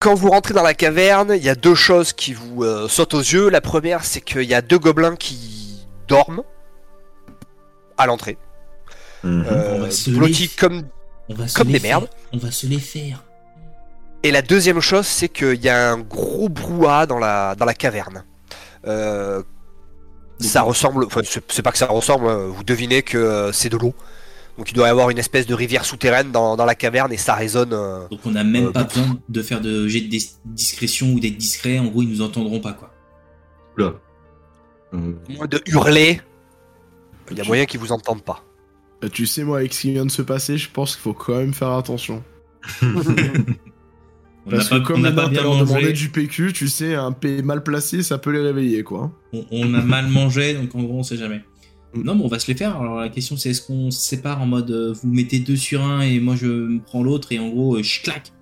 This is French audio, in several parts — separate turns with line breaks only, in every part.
quand vous rentrez dans la caverne, il y a deux choses qui vous euh, sautent aux yeux. La première, c'est qu'il y a deux gobelins qui dorment à l'entrée,
Mhm.
euh,
Ah On va se
blottis
les-
comme
On va se
Comme
les
des
faire.
merdes.
On va se les faire.
Et la deuxième chose, c'est qu'il y a un gros brouhaha dans la, dans la caverne. Euh, ça ressemble, enfin, c'est c'est pas que ça ressemble, hein, vous devinez que euh, c'est de l'eau. Donc il doit y avoir une espèce de rivière souterraine dans, dans la caverne et ça résonne. euh,
Donc on n'a même
Euh,
pas besoin de faire de jet de dis- discrétion ou d'être discret. En gros, ils nous entendront pas quoi.
Oula. Euh,
moins de hurler. Il y a moyen qu'ils vous entendent pas.
Euh, Tu sais, moi, avec ce qui vient de se passer, je pense qu'il faut quand même faire attention.
On n'a
Parce
pas,
que
on
comme
n'a
on
pas
va
bien
leur demander
mangé.
du PQ, tu sais, un P mal placé, ça peut les réveiller, quoi.
On, on a mal mangé, donc en gros, on sait jamais.
Mm.
Non, mais on va se les faire. Alors la question, c'est est-ce qu'on se sépare en mode euh, vous mettez deux sur un et moi je me prends l'autre et en gros, euh, je claque.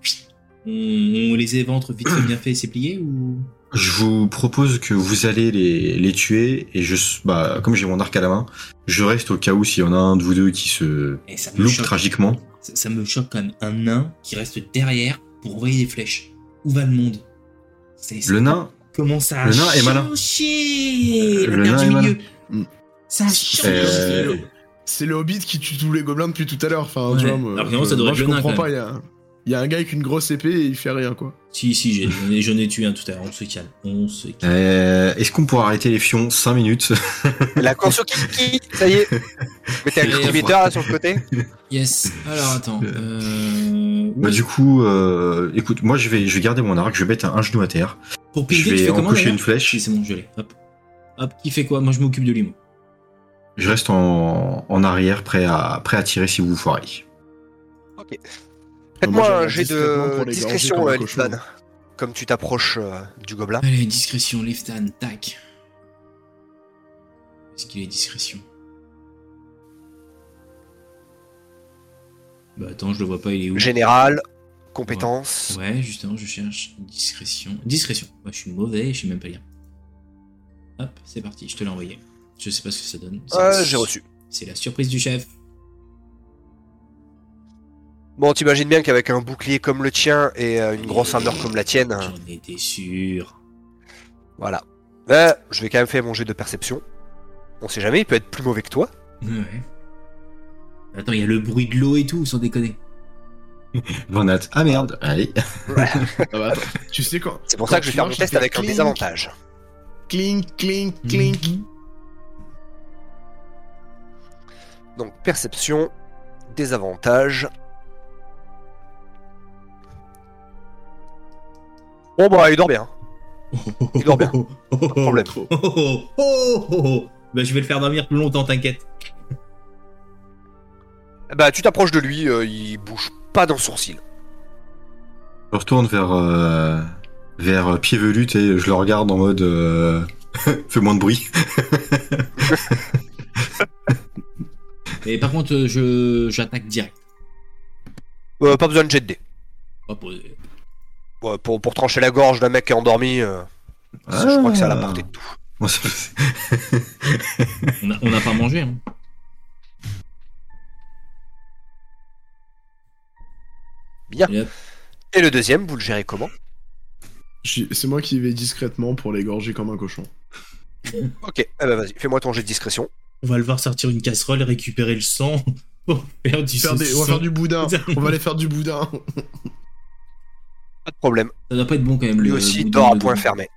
On, on les éventre vite fait, bien fait et c'est plié ou
Je vous propose que vous allez les, les tuer et je, s- bah, comme j'ai mon arc à la main, je reste au cas où s'il y en a un de vous deux qui se
Eh, ça me
loupe
choque.
tragiquement.
Ça, ça me choque quand même. Un nain qui reste derrière pour envoyer des flèches. Où va le monde C'est- c'est-
Le nain,
Comment ça a
Le nain est malin.
changé
Euh, Le
La terre
nain
du
est malin.
milieu.
Mm.
Ça a
C'est
changé.
Euh,
le- c'est le Hobbit qui tue tous les gobelins depuis tout à l'heure. Enfin, tu
Ouais.
vois, moi,
Alors, vraiment, ça
je-
doit
moi,
être
je
le nain,
comprends
quand
pas. Il y a, il y a un gars avec une grosse épée et il fait rien, quoi.
Si, si, j'ai- j'en ai, j'en ai tué un tout à l'heure. On se calme. On se calme.
euh, est-ce qu'on pourra arrêter les fions 5 minutes
La course qui ça y est. Mettez un
Et-
cultivateur là sur le côté.
Yes. Alors, attends. Euh...
Bah, Du coup, euh, écoute, moi je vais, je vais garder mon arc, je vais mettre un, un genou à terre,
Pour PV,
je
tu
vais
fais comment
encocher une
d'ailleurs
flèche,
Si, C'est bon, je l'ai. Hop. Hop, qui fait quoi Moi, je m'occupe de lui. moi.
je reste en, en arrière prêt à, prêt à tirer si vous vous foirez.
Moi,
Faites-moi un
j'aurais
jet
discrètement pour
de
les
discrétion,
gorger
euh,
comme un cochon.
Lisbonne. Comme tu t'approches euh, du gobelin.
Allez, discrétion, Liftan, tac. Est-ce qu'il est discrétion Bah attends, je le vois pas, il est où
Général, compétence.
Ouais, justement, je cherche discrétion. Discrétion. Moi, je suis mauvais, je sais même pas lire. Hop, c'est parti, je te l'ai envoyé. Je sais pas ce que ça donne. C'est la-
Ouais, j'ai reçu.
C'est la surprise du chef.
Bon, t'imagines bien qu'avec un bouclier comme le tien et euh, une grosse armure comme la tienne, euh,
J'en étais sûr.
voilà. Mais je vais quand même faire mon jet de perception. On sait jamais, il peut être plus mauvais que toi.
Ouais. Attends, il y a le bruit de l'eau et tout, sans déconner.
Grenade, ah merde, allez.
Ah bah, attends, tu sais quand.
C'est pour
quand
ça que je
tu
vais faire
marches,
mon
tu
test
fais
avec un
clink,
désavantage.
Clink, clink,
Mhm.
clink.
Donc perception, désavantage. Bon bah il dort bien. Il dort bien. problème.
Oh, oh, oh, oh, oh. Bah, je vais le faire dormir plus longtemps, t'inquiète.
Bah tu t'approches de lui, euh, il bouge pas d'un sourcil.
Je retourne vers, euh, vers Pied Velu, tu sais, je le regarde en mode euh, fais moins de bruit.
Et par contre, euh, je j'attaque direct.
Euh, pas besoin de jet de dés.
Hop, euh,
Ouais, pour, pour trancher la gorge d'un mec qui est endormi, euh, ça, je crois que c'est à
Ah.
la portée de tout.
Bon, c'est-
On a- on n'a pas mangé. Hein.
Bien.
Yep.
Et le deuxième, vous le gérez comment
J'y- C'est moi qui y vais discrètement pour les gorger comme un cochon.
Ok, eh ben vas-y, fais-moi ton jet de discrétion.
On va le voir sortir une casserole, récupérer le sang pour faire du
Faire des- on va
saucisson.
faire du boudin. on va aller faire du boudin.
Pas de problème.
Ça doit pas être bon quand même.
Lui
le-
aussi,
le-
il dort à
le-
point
le-
fermé.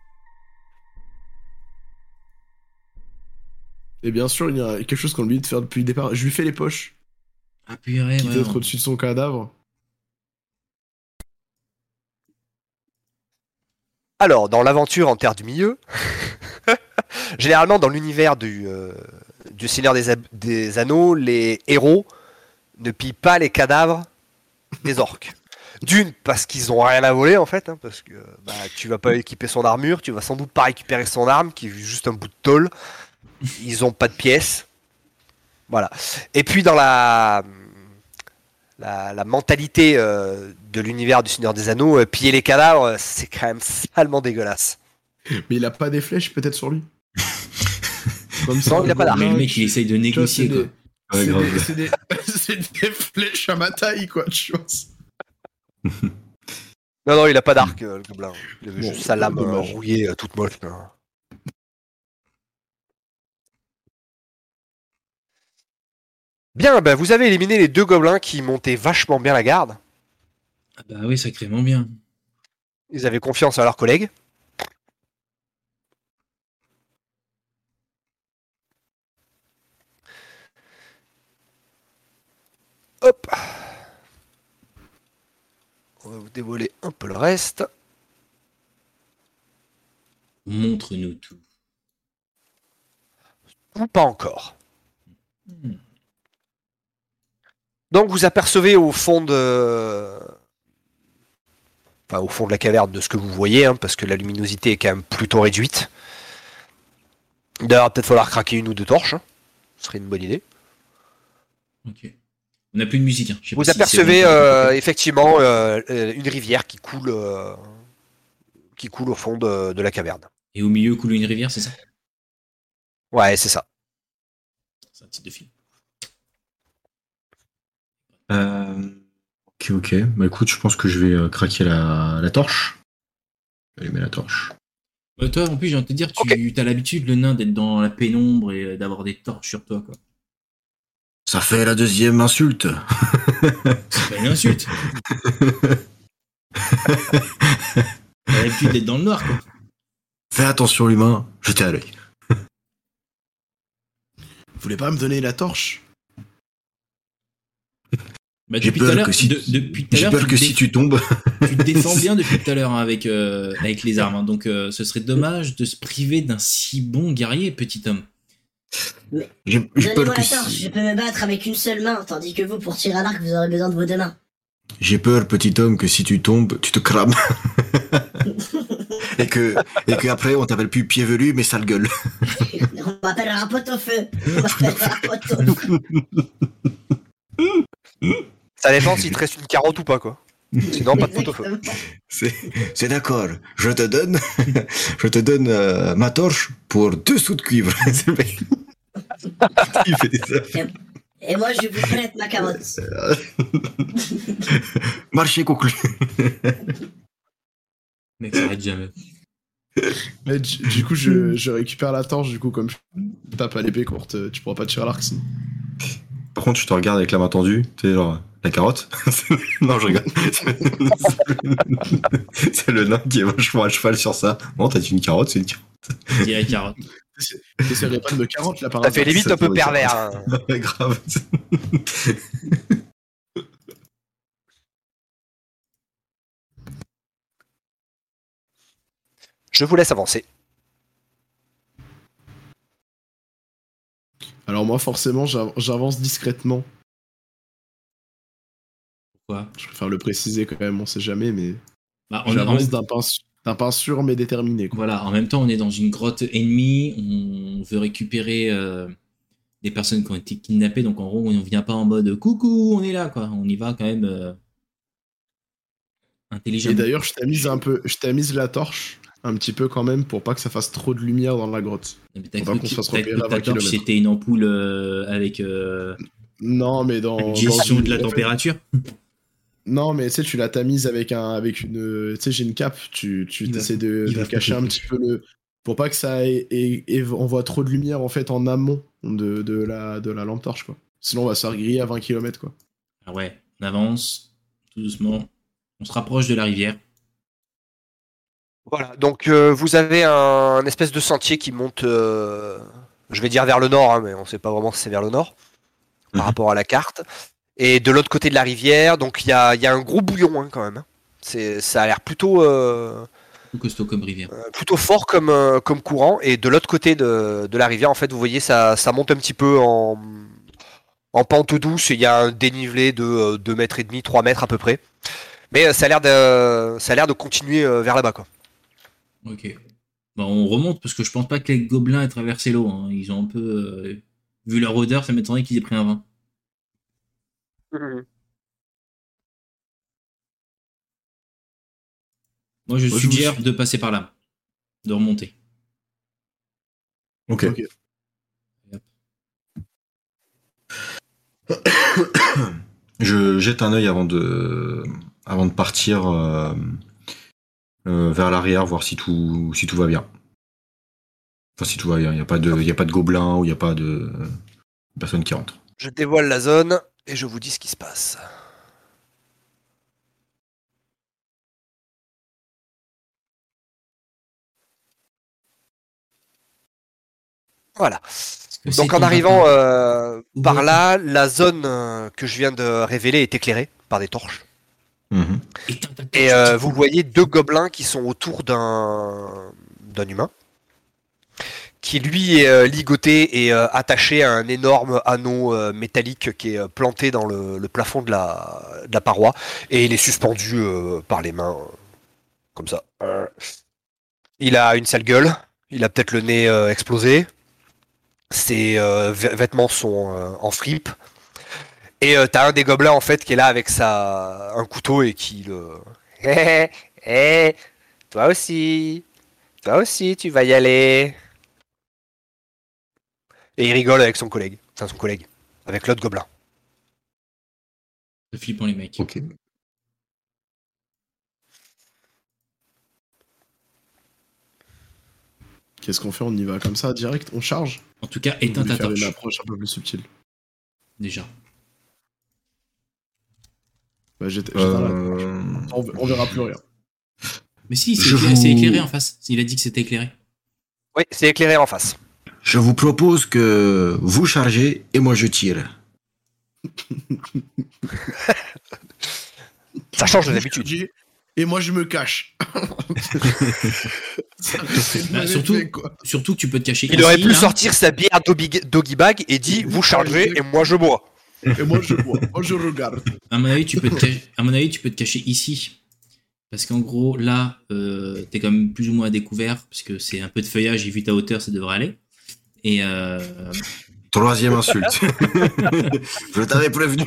Et bien sûr, il y a quelque chose qu'on oublie de faire depuis le départ. Je lui fais les poches
Ah purée,
qui
ouais,
doivent être
on-
au-dessus de son cadavre.
Alors, dans l'aventure en Terre du Milieu, généralement dans l'univers du, euh, du Seigneur des, Ab- des Anneaux, les héros ne pillent pas les cadavres des orques. D'une, parce qu'ils ont rien à voler en fait, hein, parce que bah, tu vas pas équiper son armure, tu vas sans doute pas récupérer son arme, qui est juste un bout de tôle. Ils ont pas de pièces. Voilà. Et puis dans la, la, la mentalité euh, de l'univers du Seigneur des Anneaux, euh, piller les cadavres, euh, c'est quand même salement dégueulasse.
Mais il a pas des flèches peut-être sur lui. Comme
Non, il a pas d'arme.
Ah, Mais le mec, il essaye de
Tu vois,
négocier
c'est
quoi.
des-
Ouais,
c'est
grave.
des- c'est des, c'est des flèches à ma taille, quoi, tu vois.
Non, non, il a pas d'arc, euh, le gobelin. Il avait
Bon,
juste sa lame euh,
dommage.
rouillée, euh, toute moche. là. Bien, ben, vous avez éliminé les deux gobelins qui montaient vachement bien la garde.
Ah bah oui, sacrément bien.
Ils avaient confiance en leurs collègues. Hop. On va vous dévoiler un peu le reste.
Montre-nous tout.
Ou pas encore.
Hmm.
Donc vous apercevez au fond de... Enfin, au fond de la caverne de ce que vous voyez, hein, parce que la luminosité est quand même plutôt réduite. D'ailleurs, il va peut-être falloir craquer une ou deux torches. hein. Ce serait une bonne idée.
Ok. On n'a plus de musique. Hein. Je sais
Vous
pas si c'est
apercevez
bon.
euh, effectivement euh, euh, une rivière qui coule, euh, qui coule au fond de, de la caverne.
Et au milieu coule une rivière, c'est ça
Ouais, c'est ça.
C'est un titre de film.
Euh, ok, ok. Bah écoute, je pense que je vais euh, craquer la, la torche. Je vais allumer la torche.
Euh, toi, en plus, j'ai envie de te dire, tu as l'habitude, le nain, d'être dans la pénombre et euh, d'avoir des torches sur toi. quoi.
Ça fait la deuxième insulte.
C'est pas Bah, une insulte. T'as l'habitude d'être dans le noir, quoi.
Fais attention l'humain, jetez à l'œil.
Vous voulez pas me donner la torche
Bah,
J'ai
depuis tout à
peur
l'heure,
que si,
de- depuis tout à
j'ai
l'heure,
peur
tu
que
te
si
dé-
tu tombes.
tu te défends bien depuis tout à l'heure hein, avec, euh, avec les armes. hein. Donc, euh, ce serait dommage de se priver d'un si bon guerrier, petit homme.
J'ai j'ai peur
Donnez-moi
que
la torche, je
si,
peux me battre avec une seule main, tandis que vous, pour tirer à l'arc, vous aurez besoin de vos deux mains.
j'ai peur petit homme que si tu tombes, tu te crames. et que et que après on t'appelle plus pied velu mais sale gueule.
On m'appelle rapote au feu. On m'appelle rapote au feu.
Ça dépend s'il te reste une carotte ou pas, quoi. Sinon, pas de pot au feu.
Exactement.
C'est c'est d'accord. Je te donne je te donne euh, ma torche pour deux sous de cuivre. C'est vrai. Il fait des affaires.
Et moi, je vous prête ma carotte.
Marché conclu.
Mec, ça arrête jamais.
Mais du du coup, je, je récupère la torche, du coup, comme je tape à l'épée courte, euh, tu pourras pas tirer à l'arc sinon.
Par contre, je te regarde avec la main tendue, tu sais, genre, la carotte. non, je rigole. c'est le nain qui est vachement à cheval sur ça. Non, t'as dit une carotte, c'est une carotte.
Je dirais carotte.
T'essaierais pas de me 40 là par
Ça fait
hasard
limite
ça
un peu
pourrait être-
pervers. hein.
Ouais, grave.
Je vous laisse avancer.
Alors moi, forcément, j'av- j'avance discrètement.
Pourquoi
Je préfère le préciser quand même, on sait jamais, mais
bah, on, en,
j'avance d'un pas, su- d'un pas sûr mais déterminé. Quoi.
voilà, en même temps, on est dans une grotte ennemie. On veut récupérer euh, des personnes qui ont été kidnappées. Donc, en gros, on ne vient pas en mode coucou, on est là, quoi. On y va quand même euh,
Et
intelligemment.
d'ailleurs, je tamise un peu, je tamise la torche un petit peu quand même pour pas que ça fasse trop de lumière dans la grotte.
Mais T'as
on
cru
va qu'on
que-
se fasse
t'as cru que
repérer à
ta
20
torche,
kilomètres.
c'était une ampoule euh, avec euh,
Non, mais dans.
une
dans
gestion
une-
de la température
Non, mais tu sais, tu la tamises avec un, avec une, euh, tu sais, j'ai une cape. Tu, tu
Il va-
essaies de,
il
de
va
cacher un
foutre le
petit peu le, pour pas que ça ait- ait- ait- on voit trop de lumière en fait en amont de, de la, de la lampe torche quoi. Sinon, on va se faire griller à 20 km quoi.
Ah ouais, on avance, tout doucement. On se rapproche de la rivière.
Voilà, donc euh, vous avez un, un espèce de sentier qui monte, euh, je vais dire vers le nord, hein, mais on ne sait pas vraiment si c'est vers le nord, par
Mhm.
rapport à la carte. Et de l'autre côté de la rivière, donc il y a, il y a un gros bouillon hein, quand même. hein. C'est, ça a l'air plutôt, euh,
Tout costaud comme rivière.
euh, plutôt fort comme, euh, comme courant. Et de l'autre côté de, de la rivière, en fait, vous voyez, ça, ça monte un petit peu en, en pente douce. Il y a un dénivelé de euh, 2 mètres et demi, 3 mètres à peu près. Mais euh, ça a l'air de, ça a l'air de continuer euh, vers là-bas, quoi.
Ok. Bah, on remonte parce que je pense pas que les gobelins aient traversé l'eau. hein. Ils ont un peu. euh, vu leur odeur, ça m'étonnerait qu'ils aient pris un vin. Moi, je
Moi, je vous
suggère
suis.
de passer par là. De remonter.
Ok.
Ok.
Je jette un œil avant de, avant de partir euh,
euh, vers l'arrière, voir si tout, si tout va bien. Enfin, si tout va bien, il n'y a pas de, il y a pas de gobelins ou il n'y a pas de personne qui rentre.
Je dévoile la zone et je vous dis ce qui se passe. Voilà.
Parce que
Donc
c'est
en
ton
arrivant
rappel.
euh, par
Ouais.
là, la zone euh, que je viens de révéler est éclairée par des torches.
Mhm.
Éteins ta torche.
Et euh, vous voyez deux gobelins qui sont autour d'un d'un humain qui lui est euh, ligoté et euh, attaché à un énorme anneau euh, métallique qui est euh, planté dans le, le plafond de la, de la paroi et il est suspendu euh, par les mains euh, comme ça. Euh. Il a une sale gueule, il a peut-être le nez euh, explosé, ses euh, v- vêtements sont euh, en fripe et euh, t'as un des gobelins en fait qui est là avec sa un couteau et qui le Hé hé, hé, Eh, toi aussi, toi aussi, tu vas y aller. Et il rigole avec son collègue, enfin son collègue, avec l'autre gobelin.
C'est flippant, les mecs.
Ok.
Qu'est-ce qu'on fait On y va comme ça, direct On charge
En tout cas,
Ou
éteins
vous
ta
voulez faire une
torche.
approche un peu plus subtile.
Déjà.
Bah, j'étais, j'étais là.
Euh,
On, on verra plus rien.
Mais si, c'est
Je
éclairé, c'est
vous-
éclairé en face. Il a dit que c'était éclairé.
Oui, c'est éclairé en face.
Je vous propose que vous chargez et moi je tire.
Ça change de d'habitude.
Et moi, je me cache. Ça me fait le
Bah,
même
surtout-
effet, quoi.
Surtout que tu peux te cacher.
Il aurait
ici, hein.
pu
là.
sortir sa bière doggy doggy bag et dit vous chargez et moi je bois.
Et moi, je vois. Moi, je regarde.
À mon avis, tu peux te cacher, à mon avis, tu peux te cacher ici. Parce qu'en gros, là, euh, t'es quand même plus ou moins à découvert. Parce que c'est un peu de feuillage et vu ta hauteur, ça devrait aller. Et euh,
Troisième insulte.
Je t'avais prévenu.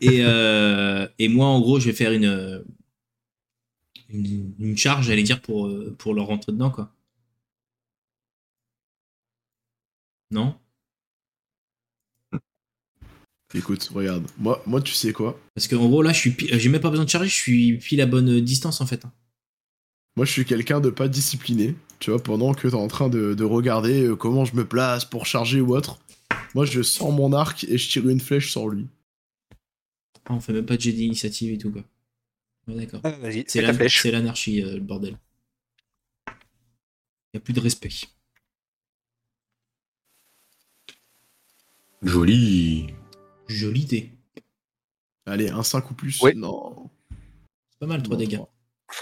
et, euh, et moi, en gros, je vais faire une, une, une charge, j'allais dire, pour, euh, pour leur rentrer dedans, quoi. Non
Écoute, regarde. Moi, moi tu sais quoi
Parce qu'en gros, là, je suis pi- euh, j'ai même pas besoin de charger, je suis pile à bonne distance, en fait. hein.
Moi, je suis quelqu'un de pas discipliné. Tu vois, pendant que t'es en train de, de regarder euh, comment je me place pour charger ou autre, moi, je sors mon arc et je tire une flèche sur lui.
Ah, on fait même pas de jet d'initiative et tout, quoi. Ouais, d'accord.
Ah, Vas-y, fais
C'est
ta
l'an-
flèche.
c'est l'anarchie, euh, le bordel. Il a plus de respect.
Joli.
Jolie idée.
Allez, un 5 ou plus.
Oui.
Non.
C'est pas mal, 3
Non,
dégâts.
trois.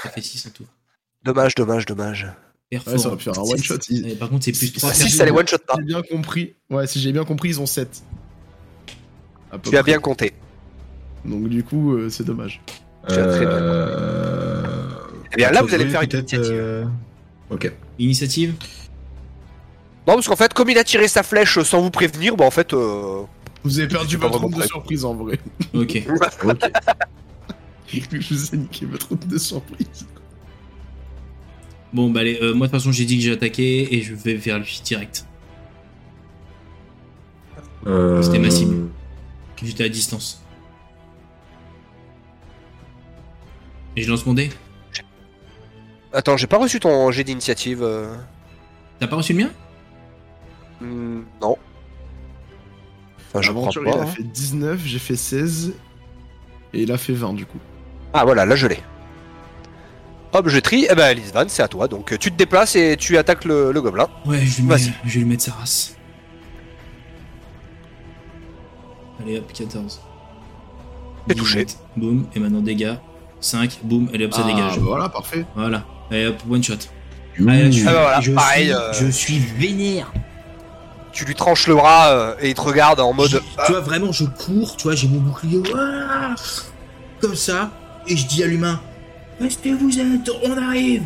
Ça fait 6 en tout.
Dommage, dommage, dommage.
Perforant.
Ouais, ça va faire un
C'est-
one shot. Ils-
Ouais, Eh, par contre, c'est plus 3.
Ah,
Si
perdu,
ça les hein.
ouais.
one shot pas.
J'ai bien compris. Ouais, si j'ai bien compris, ils ont 7.
Tu as bien compté.
Donc, du coup, euh, c'est dommage.
Tu as très bien
Euh,
Eh bien là vous allez
Peut-être,
faire une
peut-être,
initiative.
euh, Ok.
Initiative
Non parce qu'en fait comme il a tiré sa flèche sans vous prévenir, bah en fait euh,
Vous avez perdu
C'est pas
votre
vraiment
round de
prêt.
surprise en vrai.
Ok.
Ok.
je vous ai niqué votre round de surprise.
Bon, bah, allez, euh, moi, de toute façon, j'ai dit que j'ai attaqué et je vais vers lui direct.
Euh,
C'était ma cible. J'étais à distance. Et je lance mon dé.
attends j'ai pas reçu ton jet d'initiative. euh.
T'as pas reçu le mien
Hmm, non. Enfin, je crois
L'aventure,
pas,
il a
hein.
fait 19, j'ai fait 16. Et il a fait 20 du coup.
Ah voilà, là je l'ai. Hop, je trie. Eh ben, Lisvan, c'est à toi. Donc euh, tu te déplaces et tu attaques le, le gobelin.
Ouais, je vais, lui
Vas-y.
mettre- je vais lui mettre sa race. Allez, hop, 14.
T'es touché.
18, Boum, et maintenant dégâts. 5, boum, allez hop, ça
Ah,
dégage.
bah Voilà, parfait.
Voilà. Allez hop, one shot.
Ah bah voilà, pareil, euh,
suis vénère.
tu lui tranches le bras euh, et il te regarde en
Je-
mode. Ah,
Tu vois, vraiment, je cours, tu vois, j'ai mon bouclier. ouah, Comme ça, et je dis à l'humain Est-ce que vous êtes On arrive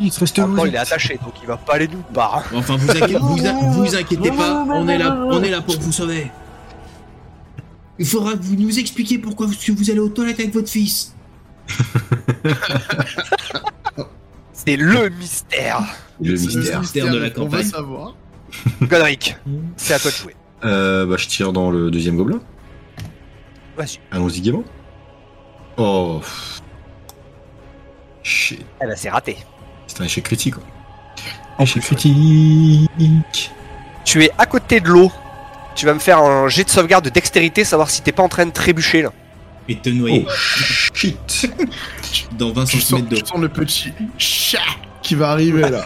en même temps, il est attaché, donc il va pas aller nulle part. hein.
Enfin, vous, inqui- vous, in- vous inquiétez pas, on est, là, on est là pour vous sauver. Il faudra que vous nous expliquiez pourquoi vous- que vous allez aux toilettes avec votre fils.
C'est le mystère.
Le
C'est
mystère.
mystère de la
On va
campagne.
savoir.
Godric, c'est à toi de jouer.
Euh, bah, je tire dans le deuxième gobelin.
Vas-y.
Allons-y gaiement. Oh. pff. Shit.
Eh ben, c'est raté.
C'est un échec critique. quoi.
En
Échec
plus, ouais.
critique.
Tu es à côté de l'eau. Tu vas me faire un jet de sauvegarde de dextérité, savoir si t'es pas en train de trébucher là.
Et te noyer
Oh shit.
dans 20
Tu sens,
cm d'eau.
tu sens le petit chat qui va arriver là.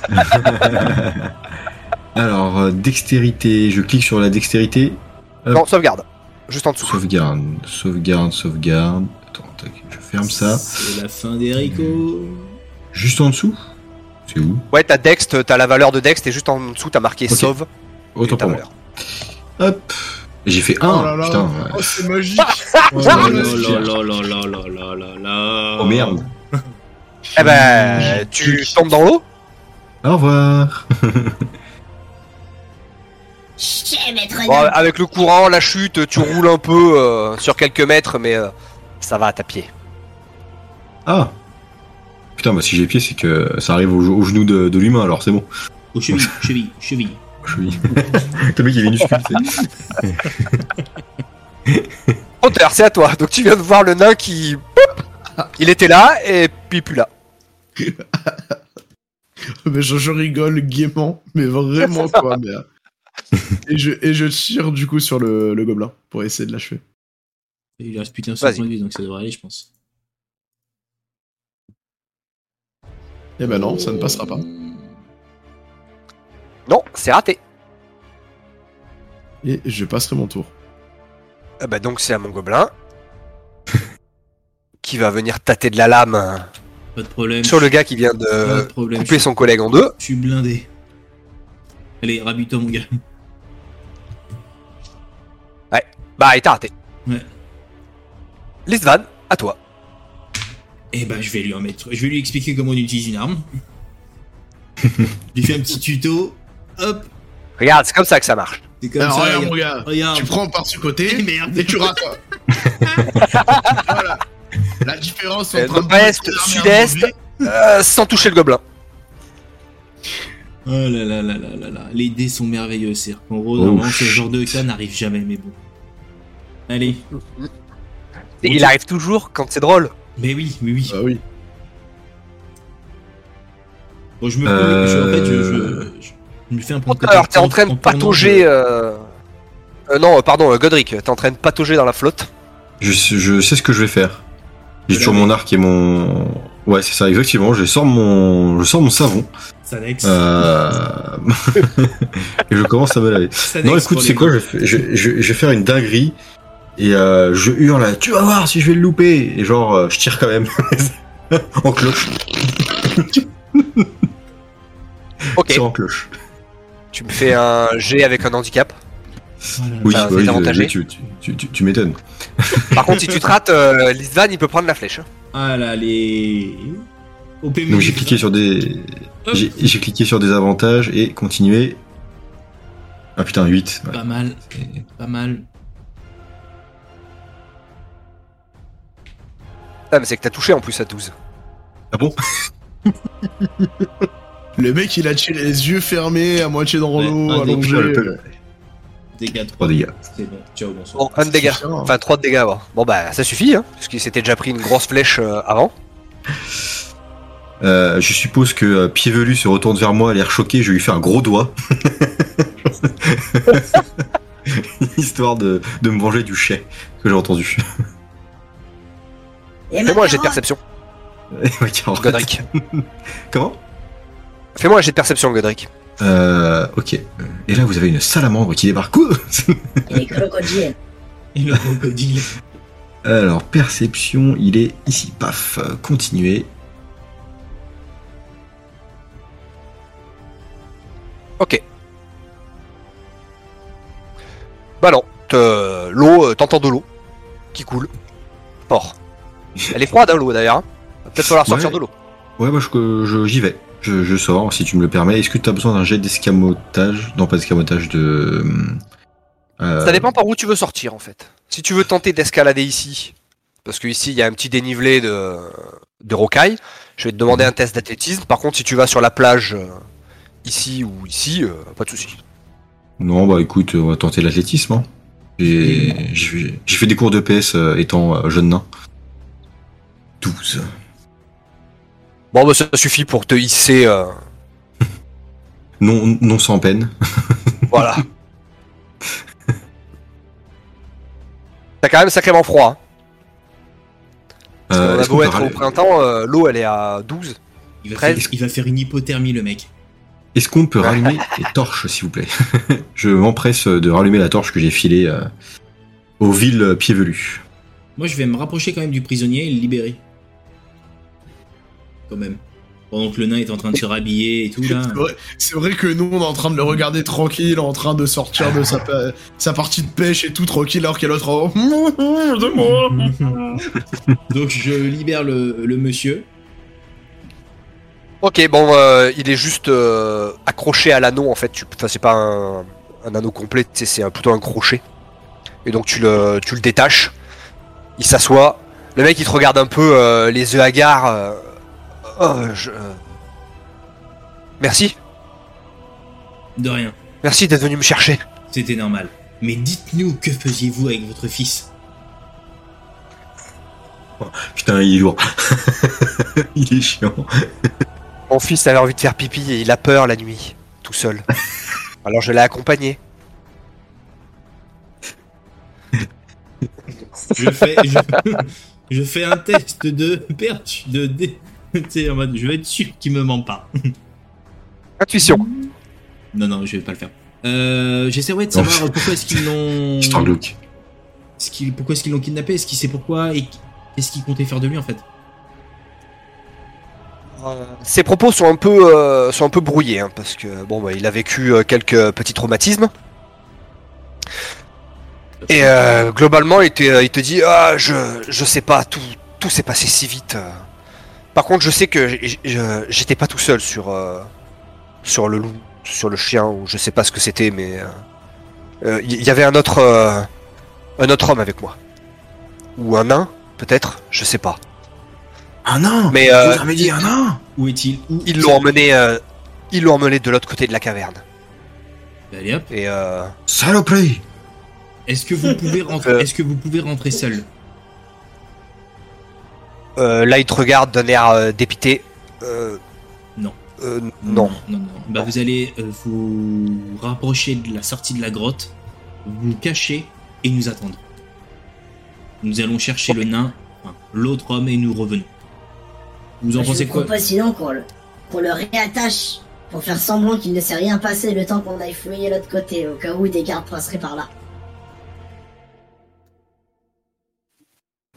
Alors, euh, dextérité. Je clique sur la dextérité. Hop.
Non, sauvegarde. Juste en dessous.
Sauvegarde. Sauvegarde, sauvegarde. Attends, tac, je ferme ça.
C'est la fin des ricots.
Juste en dessous C'est où
Ouais, t'as dext, t'as la valeur de dext et juste en dessous t'as marqué
Ok.
sauve.
Autant
et ta
pour moi.
valeur.
Hop. Et J'ai fait
Oh
1.
là là.
Ah, Putain.
Oh,
ouais.
c'est magique.
Oh
Oh
là
là
là
là là là
là
là là là là.
Oh merde.
Eh ben, tu tombes dans l'eau.
Au revoir.
Chez maître
Bon,
Nod.
avec le courant, la chute, tu roules un peu euh, sur quelques mètres, mais euh, ça va à ta pied.
Ah. Putain, bah si j'ai pied, c'est que ça arrive au, au genou de, de l'humain, alors c'est bon.
Oh, cheville, cheville, cheville.
Cheville. le mec, il est minuscule. c'est-
Auteur, c'est à toi. Donc tu viens de voir le nain qui. Poup Il était là et puis plus là.
Mais je, je rigole gaiement, mais vraiment quoi. mais, euh, et, je, et je tire du coup sur le, le gobelin pour essayer de l'achever.
Il reste putain sur
Vas-y.
point de vue, donc ça devrait aller, je pense.
Eh ben non, ça ne passera pas.
Non, c'est raté.
Et je passerai mon tour.
Eh ben, donc c'est à mon gobelin qui va venir tâter de la lame hein,
Pas de problème.
sur le euh, gars qui vient
Pas
de
de problème.
couper son collègue en deux.
Je suis blindé. Allez, rabis-toi, mon gars.
Bah, il t'a raté.
Ouais.
Listvan, à toi.
Eh ben, je vais lui en mettre. Je vais lui expliquer comment on utilise une arme. je lui fais un petit tuto. Hop,
Regarde, c'est comme ça que ça marche.
c'est comme
Alors
ça.
regarde, mon
regarde.
gars,
Regarde.
tu prends par ce côté
merde.
et tu rates. voilà. La différence
Euh,
entre un
nord-est,
petit armé et un
sud-est.
mauvais.
Euh, sans toucher le gobelin.
Oh là là là là là là. Les dés sont merveilleux, c'est En gros,
Oh,
normalement, ce
shit.
genre de cas n'arrive jamais, mais bon. Allez.
Et il arrive toujours quand c'est drôle.
Mais oui, mais oui.
Euh,
Ah oui.
Bon, je me
Euh,
je- en fait, je, je- je- je me fais un point de
Alors, t'es en
compétence
train de
tournant
patauger. euh, euh, non, euh, pardon, euh, Godric, t'es en train de patauger dans la flotte.
Je, sais- je sais ce que je vais faire. J'ai
Voilà,
toujours
mais-
mon arc et mon. Ouais, c'est ça, exactement. Je sors mon, je sors mon savon.
Sanex.
Euh, et je commence à me laver.
Sanex
Non,
pour
écoute,
les
c'est quoi
gros.
je, fais- je, je- je vais faire une dinguerie et euh, je hurle Tu vas voir si je vais le louper Et genre, euh, je tire quand même. en cloche.
Ok,
Tire en cloche.
tu me fais un G avec un handicap.
Oui,
Bah,
bah
c'est
oui,
avantagé.
oui, tu, tu, tu, tu- tu m'étonnes.
Par contre, si tu te rates, euh, Lisvan, il peut prendre la flèche. hein.
Ah là, les. OP
Donc j'ai cliqué sur des.
Hop.
J'ai j'ai cliqué sur des avantages et continuer. Ah putain, 8. ouais.
Pas mal, pas mal.
Ah, mais c'est que t'as touché en plus à 12.
Ah bon
Le mec, il a tiré les yeux fermés, à moitié dans
Ouais,
l'eau,
un des-
Ah,
allongé.
le peu-
Dégâts
3
3.
dégâts.
C'est bon, ciao, bonsoir.
Bon, un de dégâts.
suffit, hein.
Enfin, 3 de dégâts, ouais. Bon, bah, ça suffit, hein, parce qu'il s'était déjà pris une grosse flèche euh, avant.
Euh, je suppose que euh, Pied Velu se retourne vers moi, a l'air choqué, je lui fais un gros doigt. Histoire de, de me venger du chais que j'ai entendu.
Et
Fais-moi un jet de
maintenant,
perception,
Ouais, carotte.
Godric.
Comment
Fais-moi un jet de perception, Godric.
euh, Ok. Et là, vous avez une salamandre qui débarque. Ouh
Les crocodiles.
Et le crocodile.
Alors, perception, il est ici. Paf, euh, continuez.
Ok. Bah non, te- l'eau, euh, t'entends de l'eau qui coule. Fort. Elle est froide, hein, l'eau d'ailleurs. hein. Va Peut-être falloir sortir
Ouais.
de l'eau.
Ouais, moi, je- je- j'y vais. Je, je sors, si tu me le permets. Est-ce que tu as besoin d'un jet d'escamotage Non, pas d'escamotage, de... euh,
Ça dépend par où tu veux sortir en fait. Si tu veux tenter d'escalader ici, parce que ici il y a un petit dénivelé de, de rocaille, je vais te
Mhm.
demander un test d'athlétisme. Par contre, si tu vas sur la plage euh, ici ou ici, euh, pas de souci.
Non, bah écoute, on va tenter l'athlétisme. Hein. J'ai j'ai- j'ai fait des cours de PS euh, étant euh, jeune nain.
12.
Bon, bah, ça suffit pour te hisser. euh,
Non, non sans peine.
voilà. T'as quand même sacrément froid. hein. Parce qu'on
Euh,
a
est-ce qu'on
beau
peut
être au
râler-
printemps, euh, l'eau elle est à 12.
Il va,
Treize.
faire, il va faire une hypothermie, le mec.
Est-ce qu'on peut rallumer les torches, s'il vous plaît Je m'empresse euh, de rallumer la torche que j'ai filée euh, au vil euh, pied velu.
Moi, je vais me rapprocher quand même du prisonnier et le libérer. Quand même. Pendant que le nain est en train de se rhabiller et tout, là.
C'est vrai, c'est vrai que nous, on est en train de le regarder tranquille, en train de sortir de sa, pa- sa partie de pêche et tout tranquille, alors qu'il y a l'autre en haut. de moi
Donc, je libère le, le monsieur.
Ok, bon, euh, il est juste euh, accroché à l'anneau en fait. Tu- Enfin, c'est pas un, un anneau complet, tu sais, c'est un- plutôt un crochet. Et donc tu le, tu le détaches. Il s'assoit. Le mec il te regarde un peu euh, les yeux hagards. euh, Oh, je- euh, Merci,
De rien.
merci d'être venu me chercher.
C'était normal. Mais dites-nous, que faisiez-vous avec votre fils
Putain, il est lourd. il est chiant.
Mon fils avait envie de faire pipi et il a peur la nuit, tout seul. Alors je l'ai accompagné.
Je fais, je, je fais un test de perche, de dé. tu sais, en mode, je vais être sûr qu'il me ment pas.
Intuition.
Non, non, je vais pas le faire. Euh, J'essaie ouais, de
Non.
savoir pourquoi est-ce qu'ils l'ont.
Mmh.
Je t'englouque.
ce qu'il- pourquoi est-ce qu'ils l'ont kidnappé Est-ce qu'il sait pourquoi Et qu'est-ce qu'il comptait faire de lui en fait
Euh, Ses propos sont un peu, euh, sont un peu brouillés, hein, parce que bon, bah, il a vécu euh, quelques petits traumatismes. Et euh, globalement, il te, il te dit Ah, je, je sais pas, tout, tout s'est passé si vite. euh. Par contre, je sais que j'- je- j'étais pas tout seul sur, euh, sur le loup, sur le chien, ou je sais pas ce que c'était, mais euh, euh, il y, y avait un autre, euh, un autre homme avec moi. Ou un nain, peut-être, je sais pas.
Un nain
Mais euh,
Vous avez dit ah un nain
Où est-il Où
ils l'ont emmené, euh, ils l'ont emmené de l'autre côté de la caverne.
Bah, Allez hop.
Et euh,
Saloperie
Est-ce que vous pouvez rentrer
Euh.
Est-ce que vous pouvez rentrer seul
euh, là, il te regarde d'un air euh, dépité. Euh,
Non.
euh, non.
Non, non. Bah vous allez euh, vous rapprocher de la sortie de la grotte, vous cacher et nous attendre. Nous allons chercher le nain, enfin, l'autre homme et nous revenons. Vous en
Bah, Je
pensez
vous
quoi
propose sinon qu'on le, qu'on le réattache pour faire semblant qu'il ne s'est rien passé le temps qu'on aille fouiller l'autre côté, au cas où des gardes passeraient par là.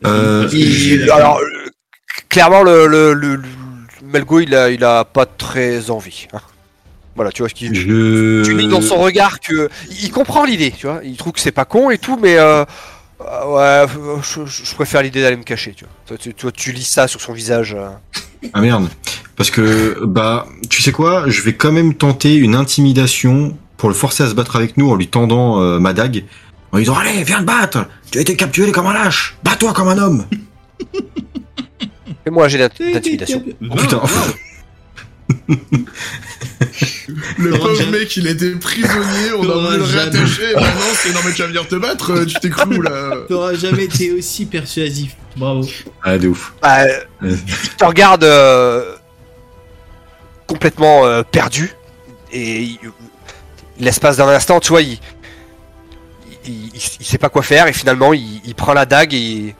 Euh,
Il- alors, euh, clairement, le, le- le- le- Melgo, il a, il a pas très envie. hein. Voilà, tu vois ce qu'il.
Je.
Tu lis dans son regard que il comprend l'idée, tu vois. Il trouve que c'est pas con et tout, mais euh, euh, ouais, euh, je, je- je préfère l'idée d'aller me cacher, tu vois. Toi, tu, toi, tu lis ça sur son visage. euh.
Ah merde. Parce que, bah, tu sais quoi, je vais quand même tenter une intimidation pour le forcer à se battre avec nous en lui tendant euh, ma dague. En lui disant Allez, viens te battre Tu as été capturé comme un lâche Bats-toi comme un homme
Fais-moi un jet d'int- d'intimidation.
Oh, Putain
Le
T'auras
pauvre
jamais-
mec, il était prisonnier, on a
T'auras
voulu le
jamais-
réattacher. et Maintenant, c'est non, mais tu vas venir te battre, euh, tu t'es cru où, là
T'auras jamais été aussi persuasif. Bravo.
Ah, de ouf.
Bah, euh,
Euh.
il te regarde euh, complètement euh, perdu et il- l'espace d'un instant, tu vois, il, il, il- il sait pas quoi faire et finalement il, il prend la dague et,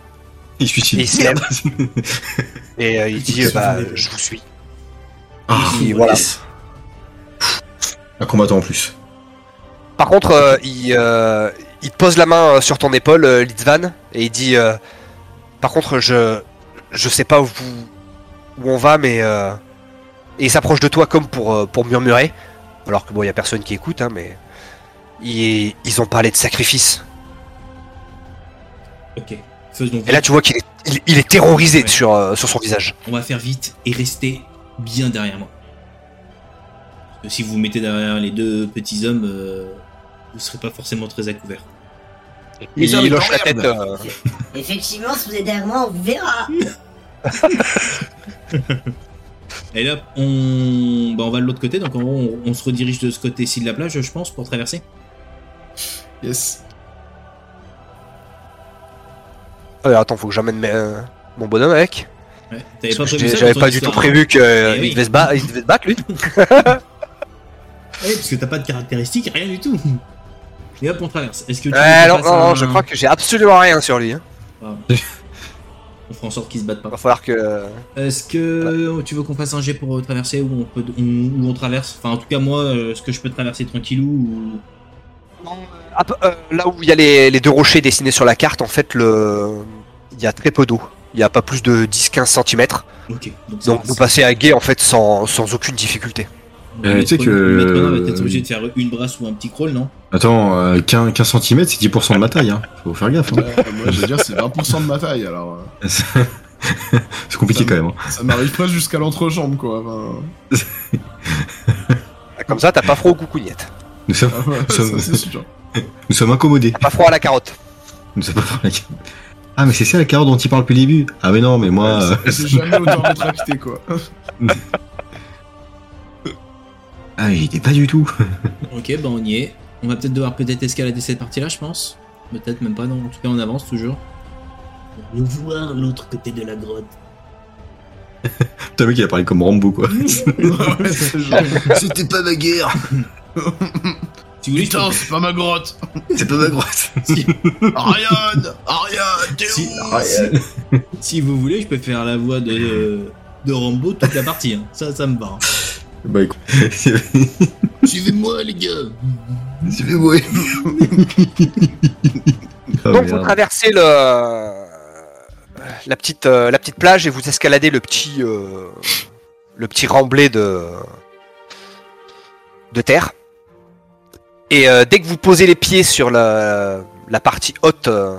Il se suicide.
Et il se lève. et, euh, il dit euh,
se
bah,
souvient.
je vous suis.
Ah,
Et voilà.
yes. Un combattant en plus.
Par contre, euh, il, euh, il te pose la main euh, sur ton épaule, euh, Litzvan, et il dit euh, Par contre, je, je sais pas où, vous- où on va, mais. euh, Et il s'approche de toi comme pour, euh, pour murmurer. Alors que bon, il y a personne qui écoute, hein, mais. Ils, ils ont parlé de sacrifice.
Ok. Faisons
Et là, tu vois qu'il est, il, il est terrorisé sur, euh, sur son visage.
On va faire vite et rester bien derrière moi. Parce que si vous vous mettez derrière les deux petits hommes, euh, vous serez pas forcément très à couvert.
Il,
ça, mais
hoche la
merde.
tête. euh,
Effectivement, si vous êtes derrière moi, on vous verra.
Et là, on, bah, on va de l'autre côté, donc en gros, on, on se redirige de ce côté-ci de la plage, je pense, pour traverser.
Yes.
euh, attends, faut que j'amène mes- euh, mon bonhomme avec.
Ouais. T'avais pas prévu
J'ai-
ça
J'avais
dans ton
pas du tout
histoire,
prévu qu'il
Eh oui.
devait se ba- il devait se battre, lui.
hein. Ouais, parce que t'as pas de caractéristiques, rien du tout. Et hop, on traverse. Est-ce que tu veux
Ouais, non,
qu'on fasse
non, non,
un-
je crois que j'ai absolument rien sur lui. hein.
On fera en sorte qu'ils se battent pas.
Va falloir que. euh,
Est-ce que tu veux qu'on fasse un jet pour euh, traverser ou on peut on- ou on traverse Enfin, en tout cas, moi, euh, est-ce que je peux traverser tranquillou ou...
Ah, peu- euh, là où il y a les, les deux rochers dessinés sur la carte, en fait, le... il y a très peu d'eau. Il n'y a pas plus de 10-15 cm.
Ok. Donc, ça
Donc
passe.
vous passez à gué en fait sans, sans aucune difficulté.
Le
tu sais
maître-
que-
le maître nain va être obligé de faire une brasse ou un petit crawl, non
Attends, euh, 15, 15 cm, c'est 10% de ma taille, hein. Faut faire gaffe, hein.
Ouais, Euh, moi, je veux dire, c'est 20% de ma taille, alors. euh,
c'est compliqué quand même. hein.
Ça m'arrive pas jusqu'à l'entrejambe, quoi. enfin,
Comme ça, t'as pas froid aux coucougnettes.
Nous sommes,
ah ouais,
Ça-
ça, c'est sûr.
nous sommes incommodés.
T'as pas froid à la carotte.
Nous sommes pas dans la cave. Ah, mais c'est ça la carotte dont il parle depuis le début. Ah, mais non, mais moi. euh,
J'ai jamais autant contracté, quoi.
Ah, j'y étais pas du tout.
Ok, bah on y est. On va peut-être devoir peut-être escalader cette partie-là, je pense. Peut-être même pas, non. En tout cas, on avance toujours. Nous voir l'autre côté de la grotte.
T'as le mec, il a parlé comme Rambo, quoi.
Ouais, c'est genre,
C'était pas ma guerre,
Si vous voulez, je peux-
Putain, c'est pas ma grotte
c'est pas ma grosse.
Ariane Ariane t'es
si,
où
si- si vous voulez, je peux faire la voix de, de Rambo toute la partie. hein. Ça, ça me va.
Bah écoute.
Suivez-moi, les gars.
C'est plus beau.
Ah,
Donc vous
merde.
traversez le la petite euh, la petite plage et vous escaladez le petit euh, le petit remblai de de terre. Et euh, dès que vous posez les pieds sur la, la partie haute euh,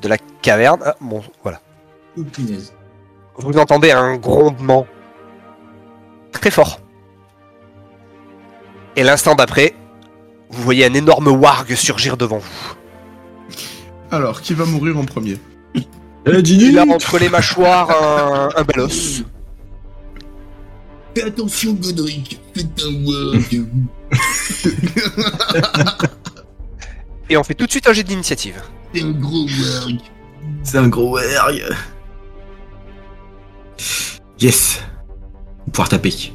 de la caverne, ah, bon voilà,
Oh, punaise.
vous entendez un grondement très fort. Et l'instant d'après, vous voyez un énorme warg surgir devant vous.
Alors, qui va mourir en premier
Elle a dit
Il a
nul.
entre les mâchoires un, un balos.
Fais attention, Godric. Faites un work.
Et on fait tout de suite un jet d'initiative.
Fais un gros work.
C'est un gros erg.
Yes. Pouvoir taper.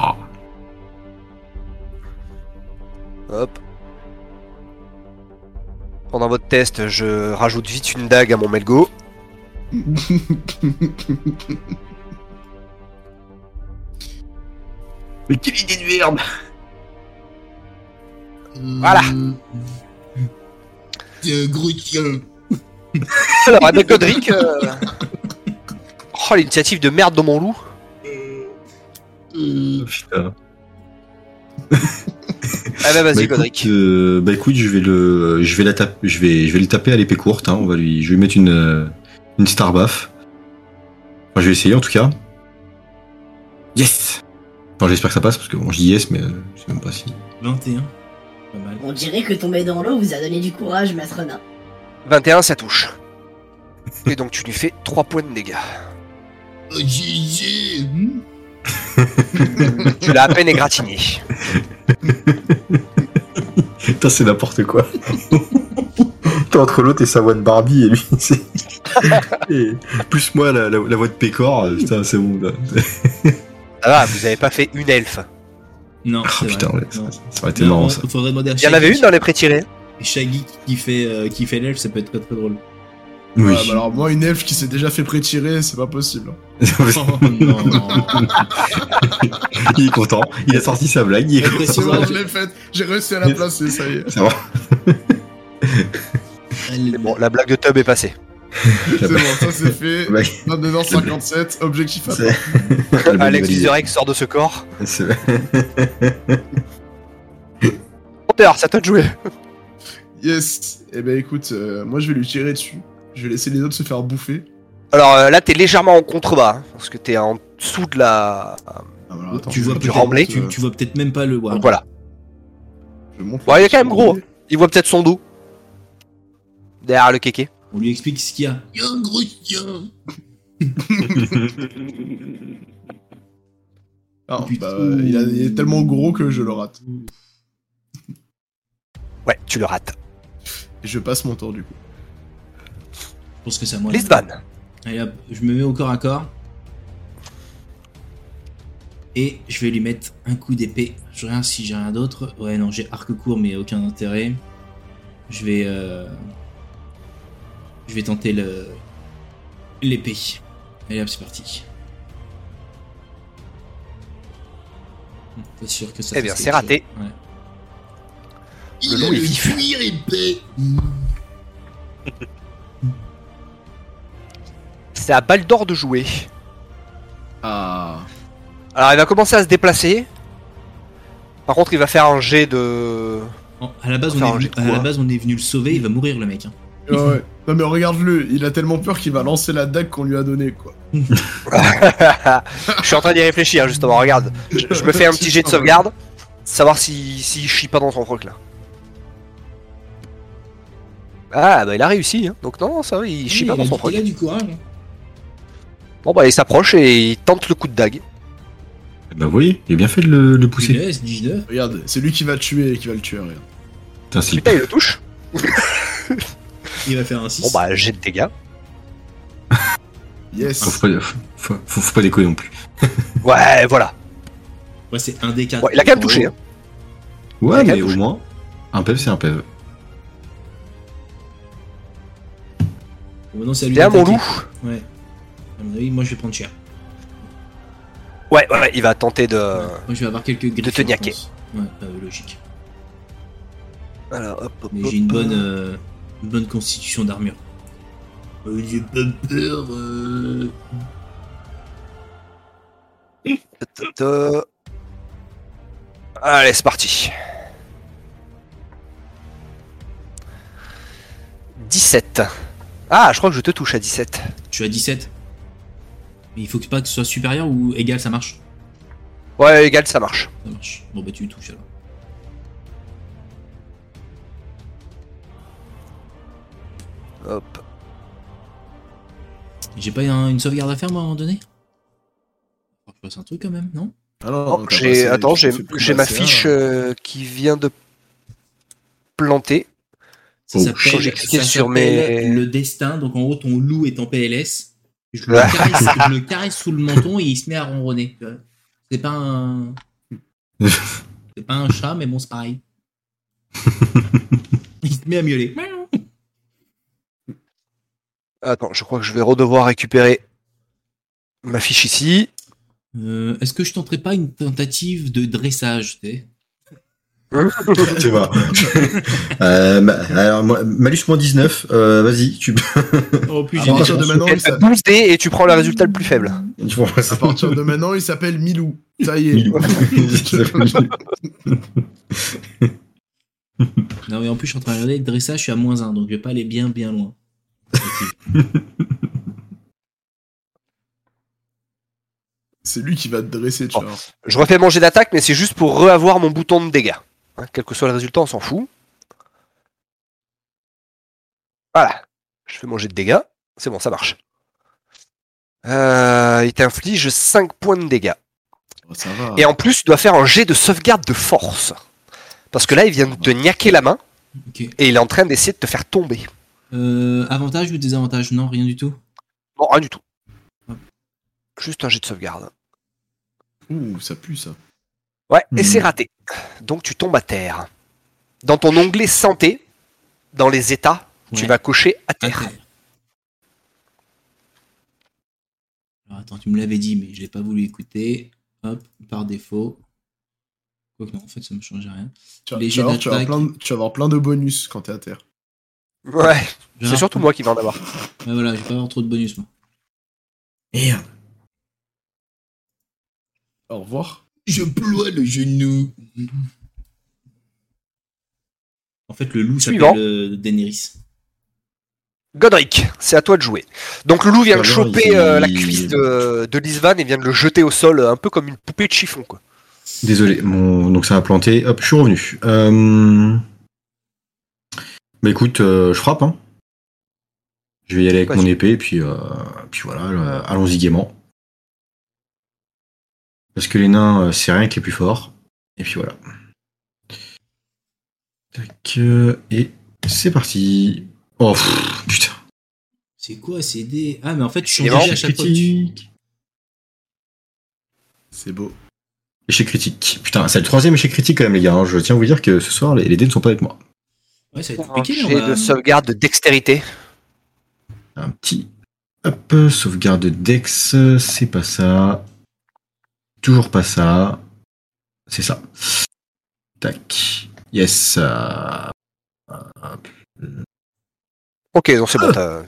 Ah.
Hop. Pendant votre test, je rajoute vite une dague à mon Melgo.
Mais quelle idée de merde
Voilà.
Fais un gros chien.
Alors, avec Godric. euh, Oh, l'initiative de merde dans mon loup.
Putain.
Ah bah
Bah
vas-y,
écoute,
Godric.
euh, bah écoute, je vais le, je vais la taper, je vais, je vais le taper à l'épée courte. Hein, on va lui, je vais lui mettre une, euh, une star buff. Enfin, je vais essayer en tout cas. Yes. Enfin, j'espère que ça passe parce que bon, je dis yes, mais euh, je sais même pas si.
21. Pas mal.
On dirait que tomber dans l'eau vous a donné du courage, maître nain.
21, ça touche. Et donc, tu lui fais 3 points de dégâts.
Euh,
Oh, GG. hmm
Tu l'as à peine égratigné.
Putain, c'est n'importe quoi. T'es entre l'autre et sa voix de Barbie et lui. c'est- et plus moi, la, la- la voix de Pécor. euh, Putain, c'est bon. là.
Ah va, vous avez pas fait une elfe.
Non,
Ah,
c'est
putain,
vrai.
ouais, ça,
Non.
ça aurait été
Non,
marrant
on-
ça.
Faudrait demander à
Il y en avait une dans les pré-tirés.
Shaggy qui fait, euh, qui fait l'elfe, ça peut être très très drôle.
Oui.
Ouais, bah alors, moi, une elfe qui s'est déjà fait prétirer, c'est pas possible.
Oh non.
il est content. Il a sorti sa blague. Il est content.
C'est
Impressionnant.
bon, je l'ai faite, j'ai réussi à la placer, ça y est.
C'est bon.
C'est Bon, la blague de Tub est passée.
C'est bon, ça c'est fait.
Ah bah. Ouais.
22 57 objectif à
C'est- La blague
Alex
validée.
Vizorek sort de ce corps.
C'est-
Hunter, ça t'a de jouer.
Yes Eh ben écoute, euh, moi je vais lui tirer dessus. Je vais laisser les autres se faire bouffer.
Alors euh, là, t'es légèrement en contrebas, hein, parce que t'es en dessous de la.
Ah, voilà, attends,
tu
je
vois
monte,
du
je
remblai,
monte,
tu,
euh,
tu vois peut-être même pas le voir.
Donc voilà.
je monte.
Ouais, il est quand même gros. hein. Il voit peut-être son dos. Derrière le kéké.
On lui explique ce qu'il y a. Il y a un gros chien.
Ah,
Putain.
bah, euh, il, a- il est tellement gros que je le rate.
Ouais, tu le rates.
Et je passe mon tour du coup.
Je pense que c'est à moi.
Listvan.
Allez hop, je me mets au corps à corps. Et je vais lui mettre un coup d'épée. Je regarde si j'ai rien d'autre. Ouais, non, j'ai arc court, mais aucun intérêt. Je vais. euh, Je vais tenter le. L'épée. Allez hop, c'est parti. Hum, C'est sûr que ça
Eh
fasse
bien,
quelque
c'est raté.
chose. Ouais.
Le loup est vif.
cuir épais.
C'est à Baldor de jouer.
Ah.
Alors il va commencer à se déplacer. Par contre, il va faire un jet de.
Oh, à, la base, on
Enfin,
est venu,
j'ai de
à la
quoi.
base, on est venu le sauver, il va mourir le mec. hein.
Ouais, ouais. Non mais regarde-le, il a tellement peur qu'il va lancer la dague qu'on lui a donnée quoi.
je suis en train d'y réfléchir justement. Regarde, je, je me fais un petit jet de sauvegarde, savoir si s'il chie pas dans son truc là. Ah bah il a réussi. Hein. Donc non, non, ça, il chie
Oui,
pas
il a
dans son
du- Il
truc.
a du courage. hein.
Bon bah il s'approche et il tente le coup de dague.
Bah, vous voyez, il a bien fait de le, le
Il
pousser.
est 19.
Regarde, c'est lui qui va le tuer et qui va le tuer, regarde.
Putain, c'est
Putain, il le touche.
Il va faire un 6.
Bon bah jet de dégâts.
Faut,
Yes.
faut pas, faut- faut- faut- faut pas déconner non plus.
Ouais, voilà.
Ouais, c'est un des 4.
Ouais, il a quand même touché. hein.
Ouais,
Il a
mais au
touché.
moins, un PEV, c'est un PEV.
Maintenant, c'est à lui.
Bien mon
d'attaquer.
loup.
Ouais. À mon avis, moi, je vais prendre cher.
Ouais, ouais, ouais, il va tenter de.
Moi, je vais avoir quelques griffes.
Euh, te
je
niaquer.
pense. Ouais, euh, logique.
Alors, hop, hop,
Mais
hop,
j'ai une
hop.
bonne, euh, une bonne constitution d'armure. Euh, J'ai pas peur. euh. euh,
Ta-ta. Allez, c'est parti. 17. Ah, je crois que je te touche à 17.
Je suis à 17. Mais il faut que pas que ce soit supérieur ou égal, ça marche.
Ouais, égal, ça marche.
Ça marche. Bon, bah, tu lui touches alors.
Hop.
J'ai pas un- une sauvegarde à faire, moi, à un moment donné Faut que Je passe un truc quand même, non
Alors,
Oh, j'ai- attends, j'ai j'ai ma fiche
hein.
euh, qui vient de planter.
Ça
Oh,
j'ai cliqué
ça
sur
s'appelle
mes-
le destin. Donc en haut, ton loup est en PLS. Je le, caresse, je le caresse sous le menton et il se met à ronronner. tu vois. C'est pas un. C'est pas un chat, mais bon, c'est pareil. il se met à miauler.
Attends, je crois que je vais redevoir récupérer ma fiche ici.
Euh, Est-ce que je tenterai pas une tentative de dressage tu sais Hein
Tu vois. Euh, ma- alors, moi, malus moins 19, euh, vas-y, tu
En plus,
Oh, À
j'ai
partir de maintenant, il
Elle a
s'appelle-
12 dés et tu prends le résultat le plus faible.
tu vois,
à
ça
partir de maintenant, il s'appelle Milou. Ça y est.
Milou.
Non, mais en plus, je suis en train de regarder le dressage, je suis à moins 1, donc je vais pas aller bien, bien loin.
C'est lui qui va te dresser, tu
Oh.
vois.
Je refais manger d'attaque, mais c'est juste pour reavoir mon bouton de dégâts. Hein, quel que soit le résultat, on s'en fout. Voilà. Je fais manger de dégâts. C'est bon, ça marche. Euh, il t'inflige 5 points de dégâts.
Oh, ça va.
Et en plus, tu dois faire un jet de sauvegarde de force. Parce que là, il vient de te niaquer la main
Ok.
et il est en train d'essayer de te faire tomber.
Euh, avantage ou désavantage Non, rien du tout.
Non, rien du tout.
Ouais.
Juste un jet de sauvegarde.
Ouh, ça pue ça.
Ouais, et
Hmm.
c'est raté. Donc tu tombes à terre. Dans ton onglet santé, dans les états, Tu
Ouais.
vas cocher à
À
terre.
terre. Alors attends, tu me l'avais dit, mais je l'ai pas voulu écouter. Hop, par défaut. Quoique non, en fait, ça me changeait rien.
Tu vas,
Les
tu vas
jets
avoir, tu vas avoir
d'attaque.
plein de, tu vas avoir plein de bonus quand t'es à terre.
Ouais,
Genre-
c'est surtout moi qui vais en avoir.
Ouais, voilà, je vais pas avoir trop de bonus, moi.
Merde.
Au revoir.
Je ploie le genou. En fait, le loup
Suivant.
s'appelle euh, Daenerys.
Godric, c'est à toi de jouer. Donc Loulou vient de
Alors,
choper
il-
euh, la cuisse de, de Lisvan et vient de le jeter au sol, euh, un peu comme une poupée de chiffon. Quoi.
Désolé, mon... donc ça a planté. Hop, je suis revenu. Euh... Bah écoute, euh, je frappe. Hein. Je vais y aller avec
Vas-y.
mon épée, puis, euh, puis voilà, euh, allons-y gaiement. Parce que les nains, euh, c'est rien que les plus forts. Et puis voilà. Tac, euh, et c'est parti. Oh pff, putain.
C'est quoi ces dés Ah, mais en fait, tu
C'est
changes à
vraiment
chaque fois. que tu-
C'est beau.
Échec critique. Putain, c'est le troisième échec critique quand même, les gars. hein. Je tiens à vous dire que ce soir, les, les dés ne sont pas avec moi.
Ouais, ça va être
Un
compliqué. euh, mais
jet
on
de
va-
sauvegarde de dextérité.
Un petit. Hop, euh, sauvegarde Dex, euh, c'est pas ça. Toujours pas ça. C'est ça. Tac. Yes. euh, hop.
Ok, donc c'est bon. t'as-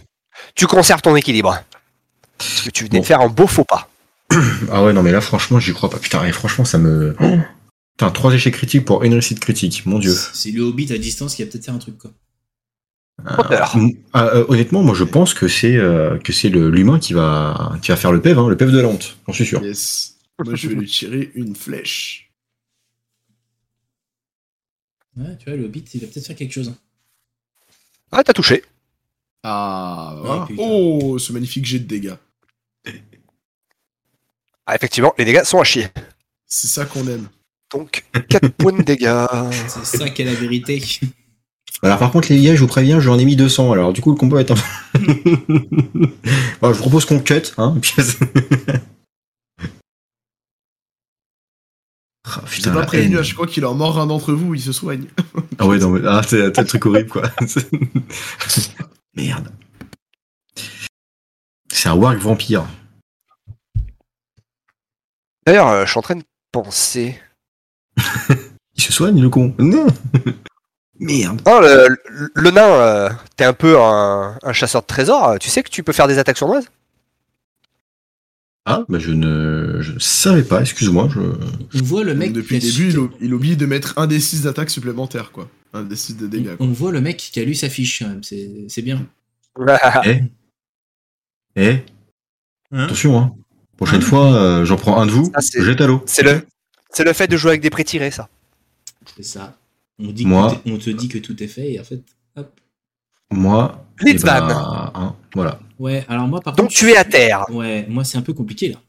Tu conserves ton équilibre. Parce que tu venais
Bon.
de faire un beau faux pas.
Ah ouais, non, mais là, franchement, j'y crois pas. Putain, et franchement, ça me. Putain, trois échecs critiques pour une réussite critique. Mon dieu.
C'est le hobbit à distance qui va peut-être faire un truc, quoi.
Hauteur.
Ah, euh, honnêtement, moi, je pense que c'est euh, que c'est le- l'humain qui va, qui va faire le PEV, hein, le PEV de la honte. J'en suis sûr.
Yes. Moi, je vais lui tirer une flèche.
Ouais, tu vois, le hobbit, il va peut-être faire quelque chose. hein.
Ah, t'as touché.
Ah,
Ah,
voilà.
putain.
Oh, ce magnifique jet de dégâts.
Ah, effectivement, les dégâts sont à chier.
C'est ça qu'on aime.
Donc, 4 points de dégâts.
C'est ça qu'est la vérité.
Alors par contre les gars, je vous préviens, j'en ai mis 200, alors du coup le combat va être un... Bon, je vous propose qu'on cut, hein. puis- Ah,
Je
putain,
t'ai pas
la
prévenu,
haine.
à chaque fois qu'il en mord un d'entre vous, il se soigne.
Ah ouais, non, mais ah, c'est c'est le truc horrible, quoi. Merde. C'est un warg vampire.
D'ailleurs, euh, je suis en train de penser.
Il se soigne, le con. Non. Merde.
Oh, le, le- le nain, euh, t'es un peu un, un chasseur de trésors. Euh, Tu sais que tu peux faire des attaques sournoises
Ah, bah je ne je ne savais pas, excuse-moi. Je...
On voit le mec.
Donc, depuis le
qui a
début,
su-
il, o- il oublie de mettre un des 6 d'attaque supplémentaire, quoi. Un des 6 de dégâts, quoi.
On voit le mec qui a lu sa fiche, quand même. C'est c'est bien.
Ah.
Eh Eh
Hein
Attention, hein. Prochaine
Hein
fois, euh, j'en prends un de vous,
Ça, c'est-
je jette à l'eau.
C'est le, c'est le fait de jouer avec des prêts tirés, ça.
C'est ça. On, dit que
Moi.
tout est- on te dit que tout est fait et en fait, hop.
Moi, eh
Blitzman.
ben, hein, voilà.
Ouais, alors moi par
Donc
contre.
tu es à terre.
Ouais, moi c'est un peu compliqué là.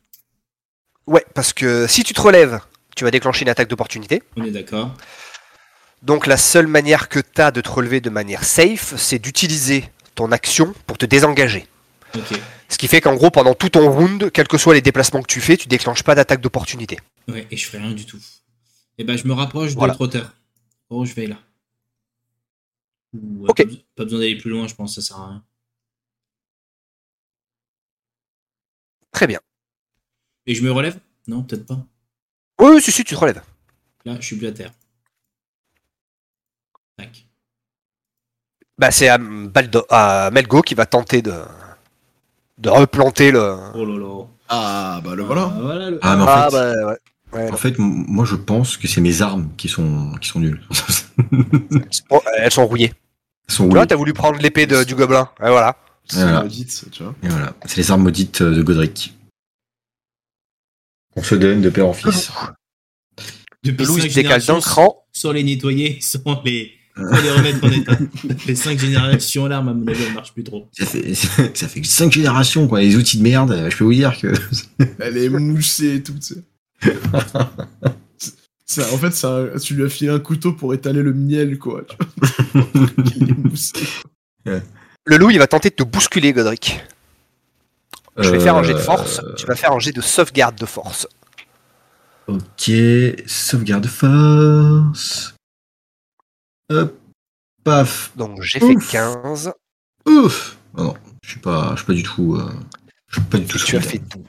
Ouais, parce que si tu te relèves, tu vas déclencher une attaque d'opportunité.
On est d'accord.
Donc la seule manière que t'as de te relever de manière safe, c'est d'utiliser ton action pour te désengager.
Ok.
Ce qui fait qu'en gros, pendant tout ton round, quels que soient les déplacements que tu fais, tu déclenches pas d'attaque d'opportunité.
Ouais, et je ferai rien du tout. Et ben je me rapproche
Voilà.
de trotteur. Oh, je vais là. Ouh, ouais,
Ok.
Pas, besoin- pas besoin d'aller plus loin, je pense, ça sert à rien.
Très bien.
Et je me relève Non, peut-être pas.
Oui, oui, si, si, tu te relèves.
Là, je suis plus à terre. Tac.
Bah, c'est à, Baldo- à Melgo qui va tenter de, de replanter le.
Oh là là.
Ah, bah le voilà.
Ah, voilà le-
Ah, mais en
Ah,
fait,
bah, ouais.
en fait, m- moi, je pense que c'est mes armes qui sont, qui sont nulles. Elles
Bon, elles sont rouillées.
sont
Tu vois,
rouillées.
t'as voulu prendre l'épée de- du gobelin. Et voilà.
C'est
Voilà.
maudite, ça, tu vois.
Et voilà, c'est les armes maudites euh, de Godric. On se donne de père en fils.
Ah.
Depuis
Louis
cinq
se décale d'un
générations,
cran.
sans les nettoyer, sans les, sans les remettre en état. Les cinq générations là, à mon avis, elles marchent plus trop.
Ça fait, ça fait cinq générations, quoi. Les outils de merde, euh, je peux vous dire que.
Elle est moussée et tout, tu sais. Ça, en fait, ça, tu lui as filé un couteau pour étaler le miel, quoi. tu vois. Il est moussé.
Le loup, il va tenter de te bousculer, Godric. Je vais faire un jet de force.
Euh,
Tu vas faire un jet de sauvegarde de force.
Ok, sauvegarde force. Hop, paf,
Donc, j'ai fait
Ouf.
15.
ouf. Ah non, je suis pas, je suis pas du tout, euh, je suis pas du tout.
Tu as
solide.
fait 12.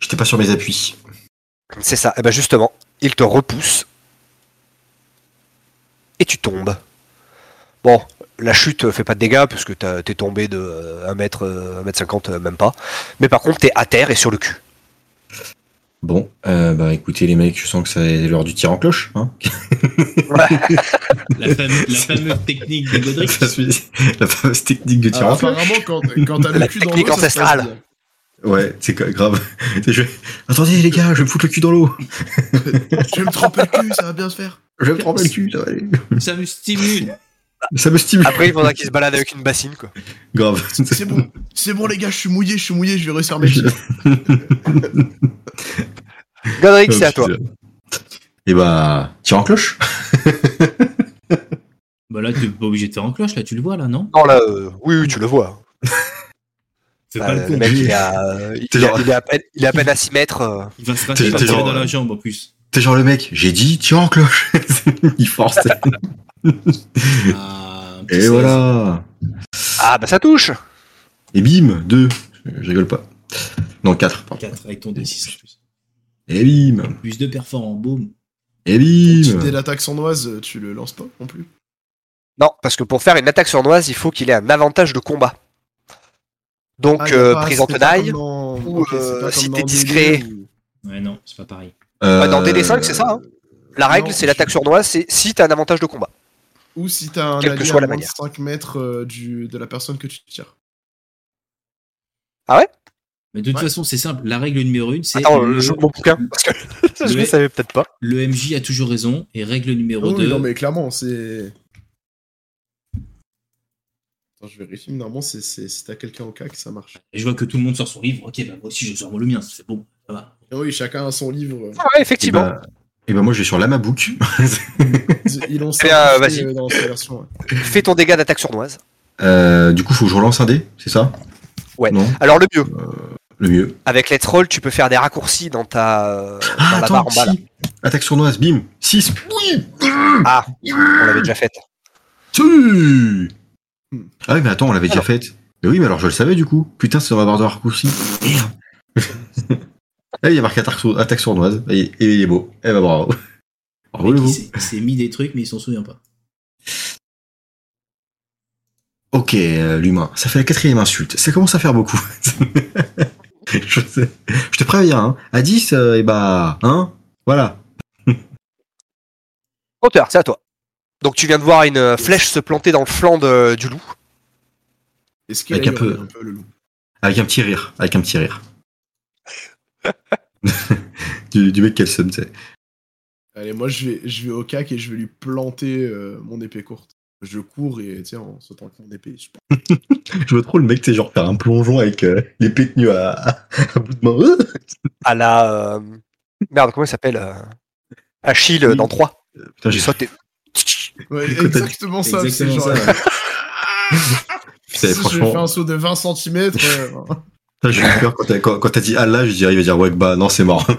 J'étais pas sur mes appuis.
C'est ça. Et ben justement, il te repousse. Et tu tombes. Bon, la chute euh, fait pas de dégâts puisque t'as- t'es tombé de euh, 1 mètre, euh, 1 mètre 50, euh, même pas. Mais par contre, t'es à terre et sur le cul.
Bon, euh, bah écoutez les mecs, je sens que c'est l'heure du tir en cloche. Hein
La, fame- la fameuse technique de Godric.
Ça suffit. La fameuse technique de tir
Alors,
en cloche.
Ah, apparemment, quand, quand t'as le
La
cul dans
technique
l'eau, ça se passe
ancestrale.
Ouais, c'est quoi- grave. C'est- je- Attendez les gars, je vais me foutre le cul dans l'eau.
bien. Je vais me tremper le cul, ça va bien se faire.
Je vais me tremper le cul, ça va aller.
Ça me stimule.
Ça me stimule.
Après, il faudra qu'il se balade avec une bassine, quoi.
Grave.
C'est bon, c'est bon, les gars, je suis mouillé, je suis mouillé, je vais réussir mes pieds.
Godric, c'est à toi.
Et bah, tir en cloche.
Bah là, t'es pas obligé de faire en cloche, là, tu le vois, là, non
Non, là, euh, oui, oui, tu le vois.
Fais
Bah,
pas le
le
con.
euh, mec, il est à, il est à- il est à peine, il est à peine à 6 mètres. euh.
Il va se rater, il
T'es-
va
t'es
tirer
genre,
dans la
euh,
jambe en plus.
C'est genre le mec, j'ai dit, tiens, en cloche. Il force.
Ah, un petit
Et
16.
voilà.
Ah, bah ça touche
Et bim, 2. Je rigole pas. Non, 4.
4 avec ton D6 en plus.
Et bim.
Plus 2 perforants, boum.
Et
Dès
bim.
l'attaque sandoise, tu le lances pas non plus.
Non, parce que pour faire une attaque sournoise, il faut qu'il ait un avantage de combat. Donc,
Ah, y a
euh,
pas-
prise
c'est
en
pas
tenaille.
comme dans-
ou,
ok, c'est pas
euh,
comme
si
dans
t'es
DD
discret.
ou-
Ouais, non, c'est pas pareil.
Bah,
Euh,
dans DD5, c'est ça. hein.
eh
La règle,
non,
c'est l'attaque
je-
sournoise, c'est si t'as un avantage de combat.
Ou si t'as un
Quelle que
allié
soit
à
la
moins de
manière.
5 mètres euh, du, de la personne que tu tires.
Mais de toute
Ouais.
façon, c'est simple. La règle numéro 1, c'est
Attends,
le,
je mon bouquin, parce que je
le-
le savais peut-être pas.
le MJ a toujours raison. Et règle numéro
Non, mais
2,
Ah non, mais clairement, c'est. Attends, je vérifie, mais normalement, c'est, c'est, si t'as quelqu'un au cac, ça marche.
je vois que tout le monde sort son livre. Ok, bah moi aussi, je sors moi le mien. C'est bon, ça va.
Ah oui, chacun a son livre.
Ah ouais, effectivement.
Et ben moi, je vais sur l'amabook.
Ils l'ont
Eh bien,
simplifié, euh, dans sa version. ouais.
Fais ton dégât d'attaque sournoise.
Euh, du coup, faut que je relance un dé, c'est ça
Ouais.
Non,
Alors, le mieux,
le mieux.
avec Let's Roll, tu peux faire des raccourcis dans ta. euh,
Ah,
dans la barre
attends,
en bas, là.
si. Attaque sournoise, bim. 6.
Ah, on l'avait déjà faite.
Tu-
Hmm.
Ah oui, mais attends, on l'avait déjà
Alors.
faite. Mais oui, mais alors je le savais du coup. Putain, c'est dans ma barre de raccourci. Merde. Ah, il y a marqué attaque, sour- attaque sournoise. Et, et il est beau. Eh ben bravo.
Ah
Bravo
Il
vous.
s'est- il s'est mis des trucs, mais il s'en souvient pas.
Ok, euh, l'humain. Ça fait la quatrième insulte. Ça commence à faire beaucoup. je, sais. Je te préviens. Hein. À 10, et bah. Hein Voilà.
Hauteur, Oh, c'est à toi. Donc, tu viens de voir une euh, flèche se planter dans le flanc de- du loup.
Est-ce qu'il
Avec
a
un peu-
un peu le loup
Avec un petit rire. Avec un petit rire. du, du mec qui a le seum, tu sais.
Allez, moi, je vais, je vais au cac et je vais lui planter euh, mon épée courte. Je cours et tiens, en sautant avec mon épée. je-
Je vois trop le mec, tu sais, genre faire un plongeon avec euh, l'épée tenue à, à, à bout de main.
À la. euh, Merde, comment il s'appelle euh, Achille euh, dans 3.
Putain,
J'ai
j'ai
sauté.
Ouais,
Écoute,
exactement Ah, ça. c'est
Exactement
genre, euh,
ça.
Putain,
si je
franchement.
fais un saut de euh, 20 cm.
putain, j'ai eu peur quand t'as, quand, quand t'as dit Allah, je dirais, il va dire ouais, bah non, c'est mort.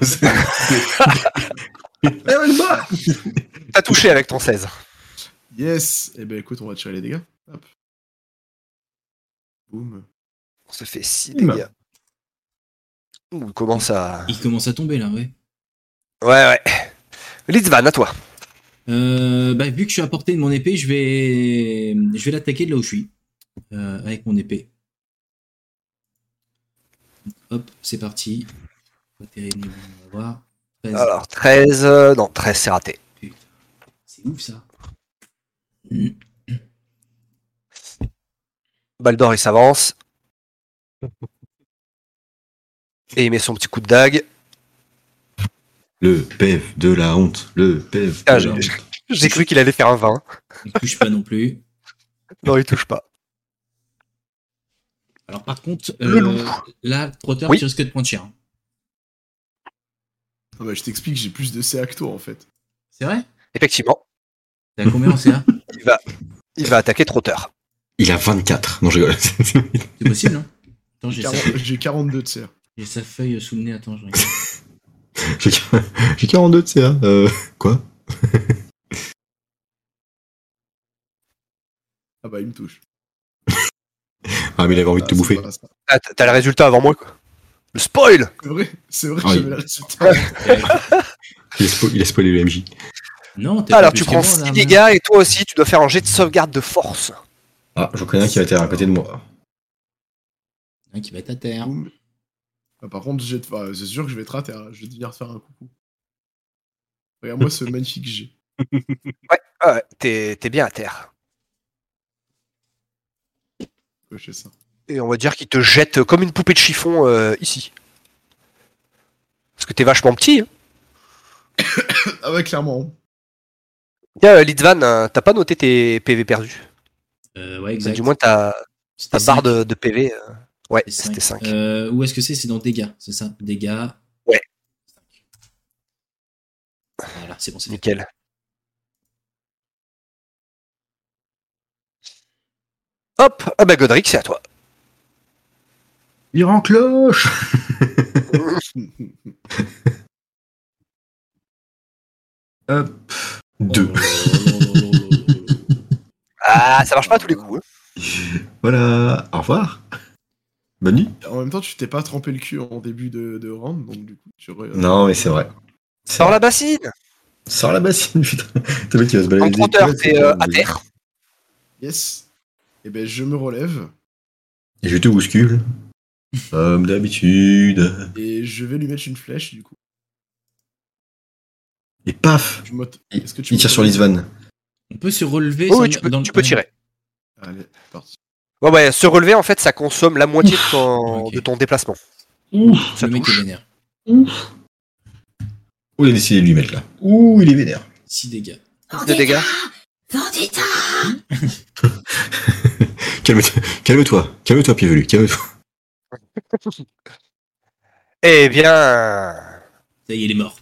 T'as touché avec ton 16.
yes Eh ben, écoute, on va tirer les dégâts. Hop. Boum.
On se fait 6
Hum.
dégâts. Ouh, il commence à.
Il commence à tomber là, ouais.
Ouais, ouais. Litzvan, à toi.
Euh, bah, vu que je suis à portée de mon épée, je vais, je vais l'attaquer de là où je suis. euh, avec mon épée. Hop, c'est parti. Pas terrible, mais bon, on va voir. 13.
Alors, 13. euh, Non, 13, c'est raté.
C'est ouf ça.
Baldor, il s'avance. Et il met son petit coup de dague.
le PEV de la honte. Le PEV.
Ah,
de la
j'ai-
honte.
J'ai cru qu'il allait faire un 20.
Il touche pas non plus.
Non, il touche pas.
Alors par contre,
Le
euh, là, trotteur,
Oui.
tu risques de prendre cher. hein.
Ah bah, je t'explique, j'ai plus de CA que toi, en fait.
C'est vrai
Effectivement,
T'as combien en CA
il va, il va attaquer Trotteur.
Il a 24. Non, je rigole.
C'est possible, non Attends, j'ai sa,
40 J'ai 42 de CA.
j'ai sa feuille sous le nez. Attends, je regarde.
j'ai, j'ai 42 de CA. Euh, quoi
Ah bah, il me touche.
Ah, mais il avait envie de te
Ah, c'est
bouffer.
pas ça.
Ah, t'as t'as le résultat avant moi, quoi. Le spoil
C'est vrai, c'est vrai,
Ah oui.
j'avais le résultat.
Il a, spo- il a spoilé le MJ.
Non, t'as
Alors,
pas
tu
plus que
prends
moi, là,
6
maintenant.
dégâts et toi aussi, tu dois faire un jet de sauvegarde de force.
Ah, je connais un qui va être à côté de moi.
Un qui va être à terre.
Boum. Ah, par contre, j'ai... enfin, c'est sûr que je vais être à terre. Je vais venir te faire un coucou. Regarde-moi ce magnifique G.
Ah ouais, t'es t'es bien à terre.
Cocher ça.
Et on va dire qu'il te jette euh, comme une poupée de chiffon euh, ici. Parce que t'es vachement petit. Hein.
Ah ouais, clairement.
Tiens, euh, Litzvan, euh, t'as pas noté tes PV perdus.
Euh, ouais, exact.
Bah, Du moins, ta,
C'était
ta barre
cinq.
de, de PV. euh, Ouais,
C'était
c'était 5.
cinq. Euh, où est-ce que c'est C'est dans dégâts, c'est ça Dégâts.
Ouais.
Voilà, c'est bon, c'est fait.
Nickel. Hop, ah bah Godric, c'est à toi.
Il rend cloche
Hum, hum, hum.
Hop. Deux.
Ah, ça marche pas à tous les coups. hein.
Voilà. Au revoir. Bonne nuit.
En même temps, tu t'es pas trempé le cul en début de, de round, donc du coup, tu re-
Non, mais c'est vrai.
Sors la bassine
Sors la bassine, putain. Le mec, il va se balader.
En trotteur,
des
t'es
culottes,
euh, à terre.
Yes. Et ben, je me relève
Et j'étais au bouscule. Comme d'habitude.
et je vais lui mettre une flèche, du coup.
Et paf
Je m'auto-
Il-
Est-ce que tu
Il tire sur l'Isvan.
On peut se relever.
Oui,
sans-
oui, Oh, tu peux,
dans le-
tu peux tirer.
Allez, c'est parti.
Ouais, ouais, se relever, en fait, ça consomme la moitié de ton,
Ok.
de ton déplacement.
Le mec
touche.
est vénère.
Où il a décidé de lui mettre là Ouh, il est vénère.
6 dégâts.
De dégâts
Vendetta
Calme-toi, calme-toi, calme-toi, pied velu, calme-toi.
Eh bien,
Ça y est, il est mort.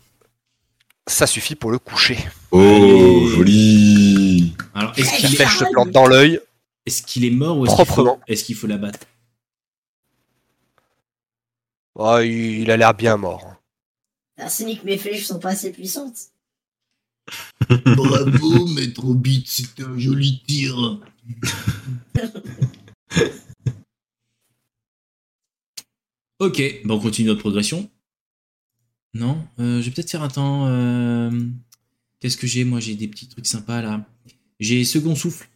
ça suffit pour le coucher.
Oh,
Allez.
joli
Alors, est-ce
La
Est-ce
qu'il est,
qu'il est-
flèche se plante dans l'œil.
est-ce qu'il est mort ou est-ce qu'il faut,
Proprement.
est-ce qu'il faut l'abattre
Oh, il il a l'air bien mort.
Arsenic, mes flèches sont pas assez puissantes.
Bravo, maître Bit, c'est un joli tir. ok, bah on continue notre progression. Non, euh, je vais peut-être faire un temps. euh, Qu'est-ce que j'ai Moi, j'ai des petits trucs sympas là. J'ai second souffle.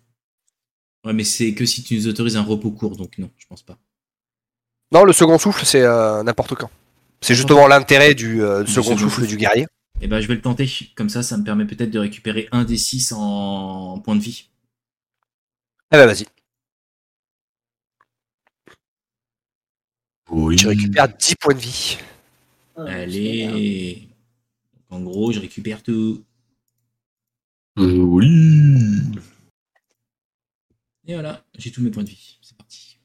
Ouais, mais c'est que si tu nous autorises un repos court, donc non, je pense pas.
Non, le second souffle, c'est euh, n'importe quand. C'est justement l'intérêt du euh,
Du
second
second
souffle
souffle.
du guerrier.
Et ben, je vais le tenter. Comme ça, ça me permet peut-être de récupérer un des six en points de vie.
Eh ben, vas-y.
Oui.
Tu récupères 10 points de vie.
Oh, je
Allez. En gros, je récupère tout.
Joli
Et voilà, j'ai tous mes points de vie. C'est parti.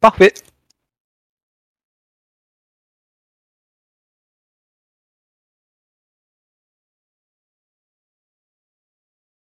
Parfait.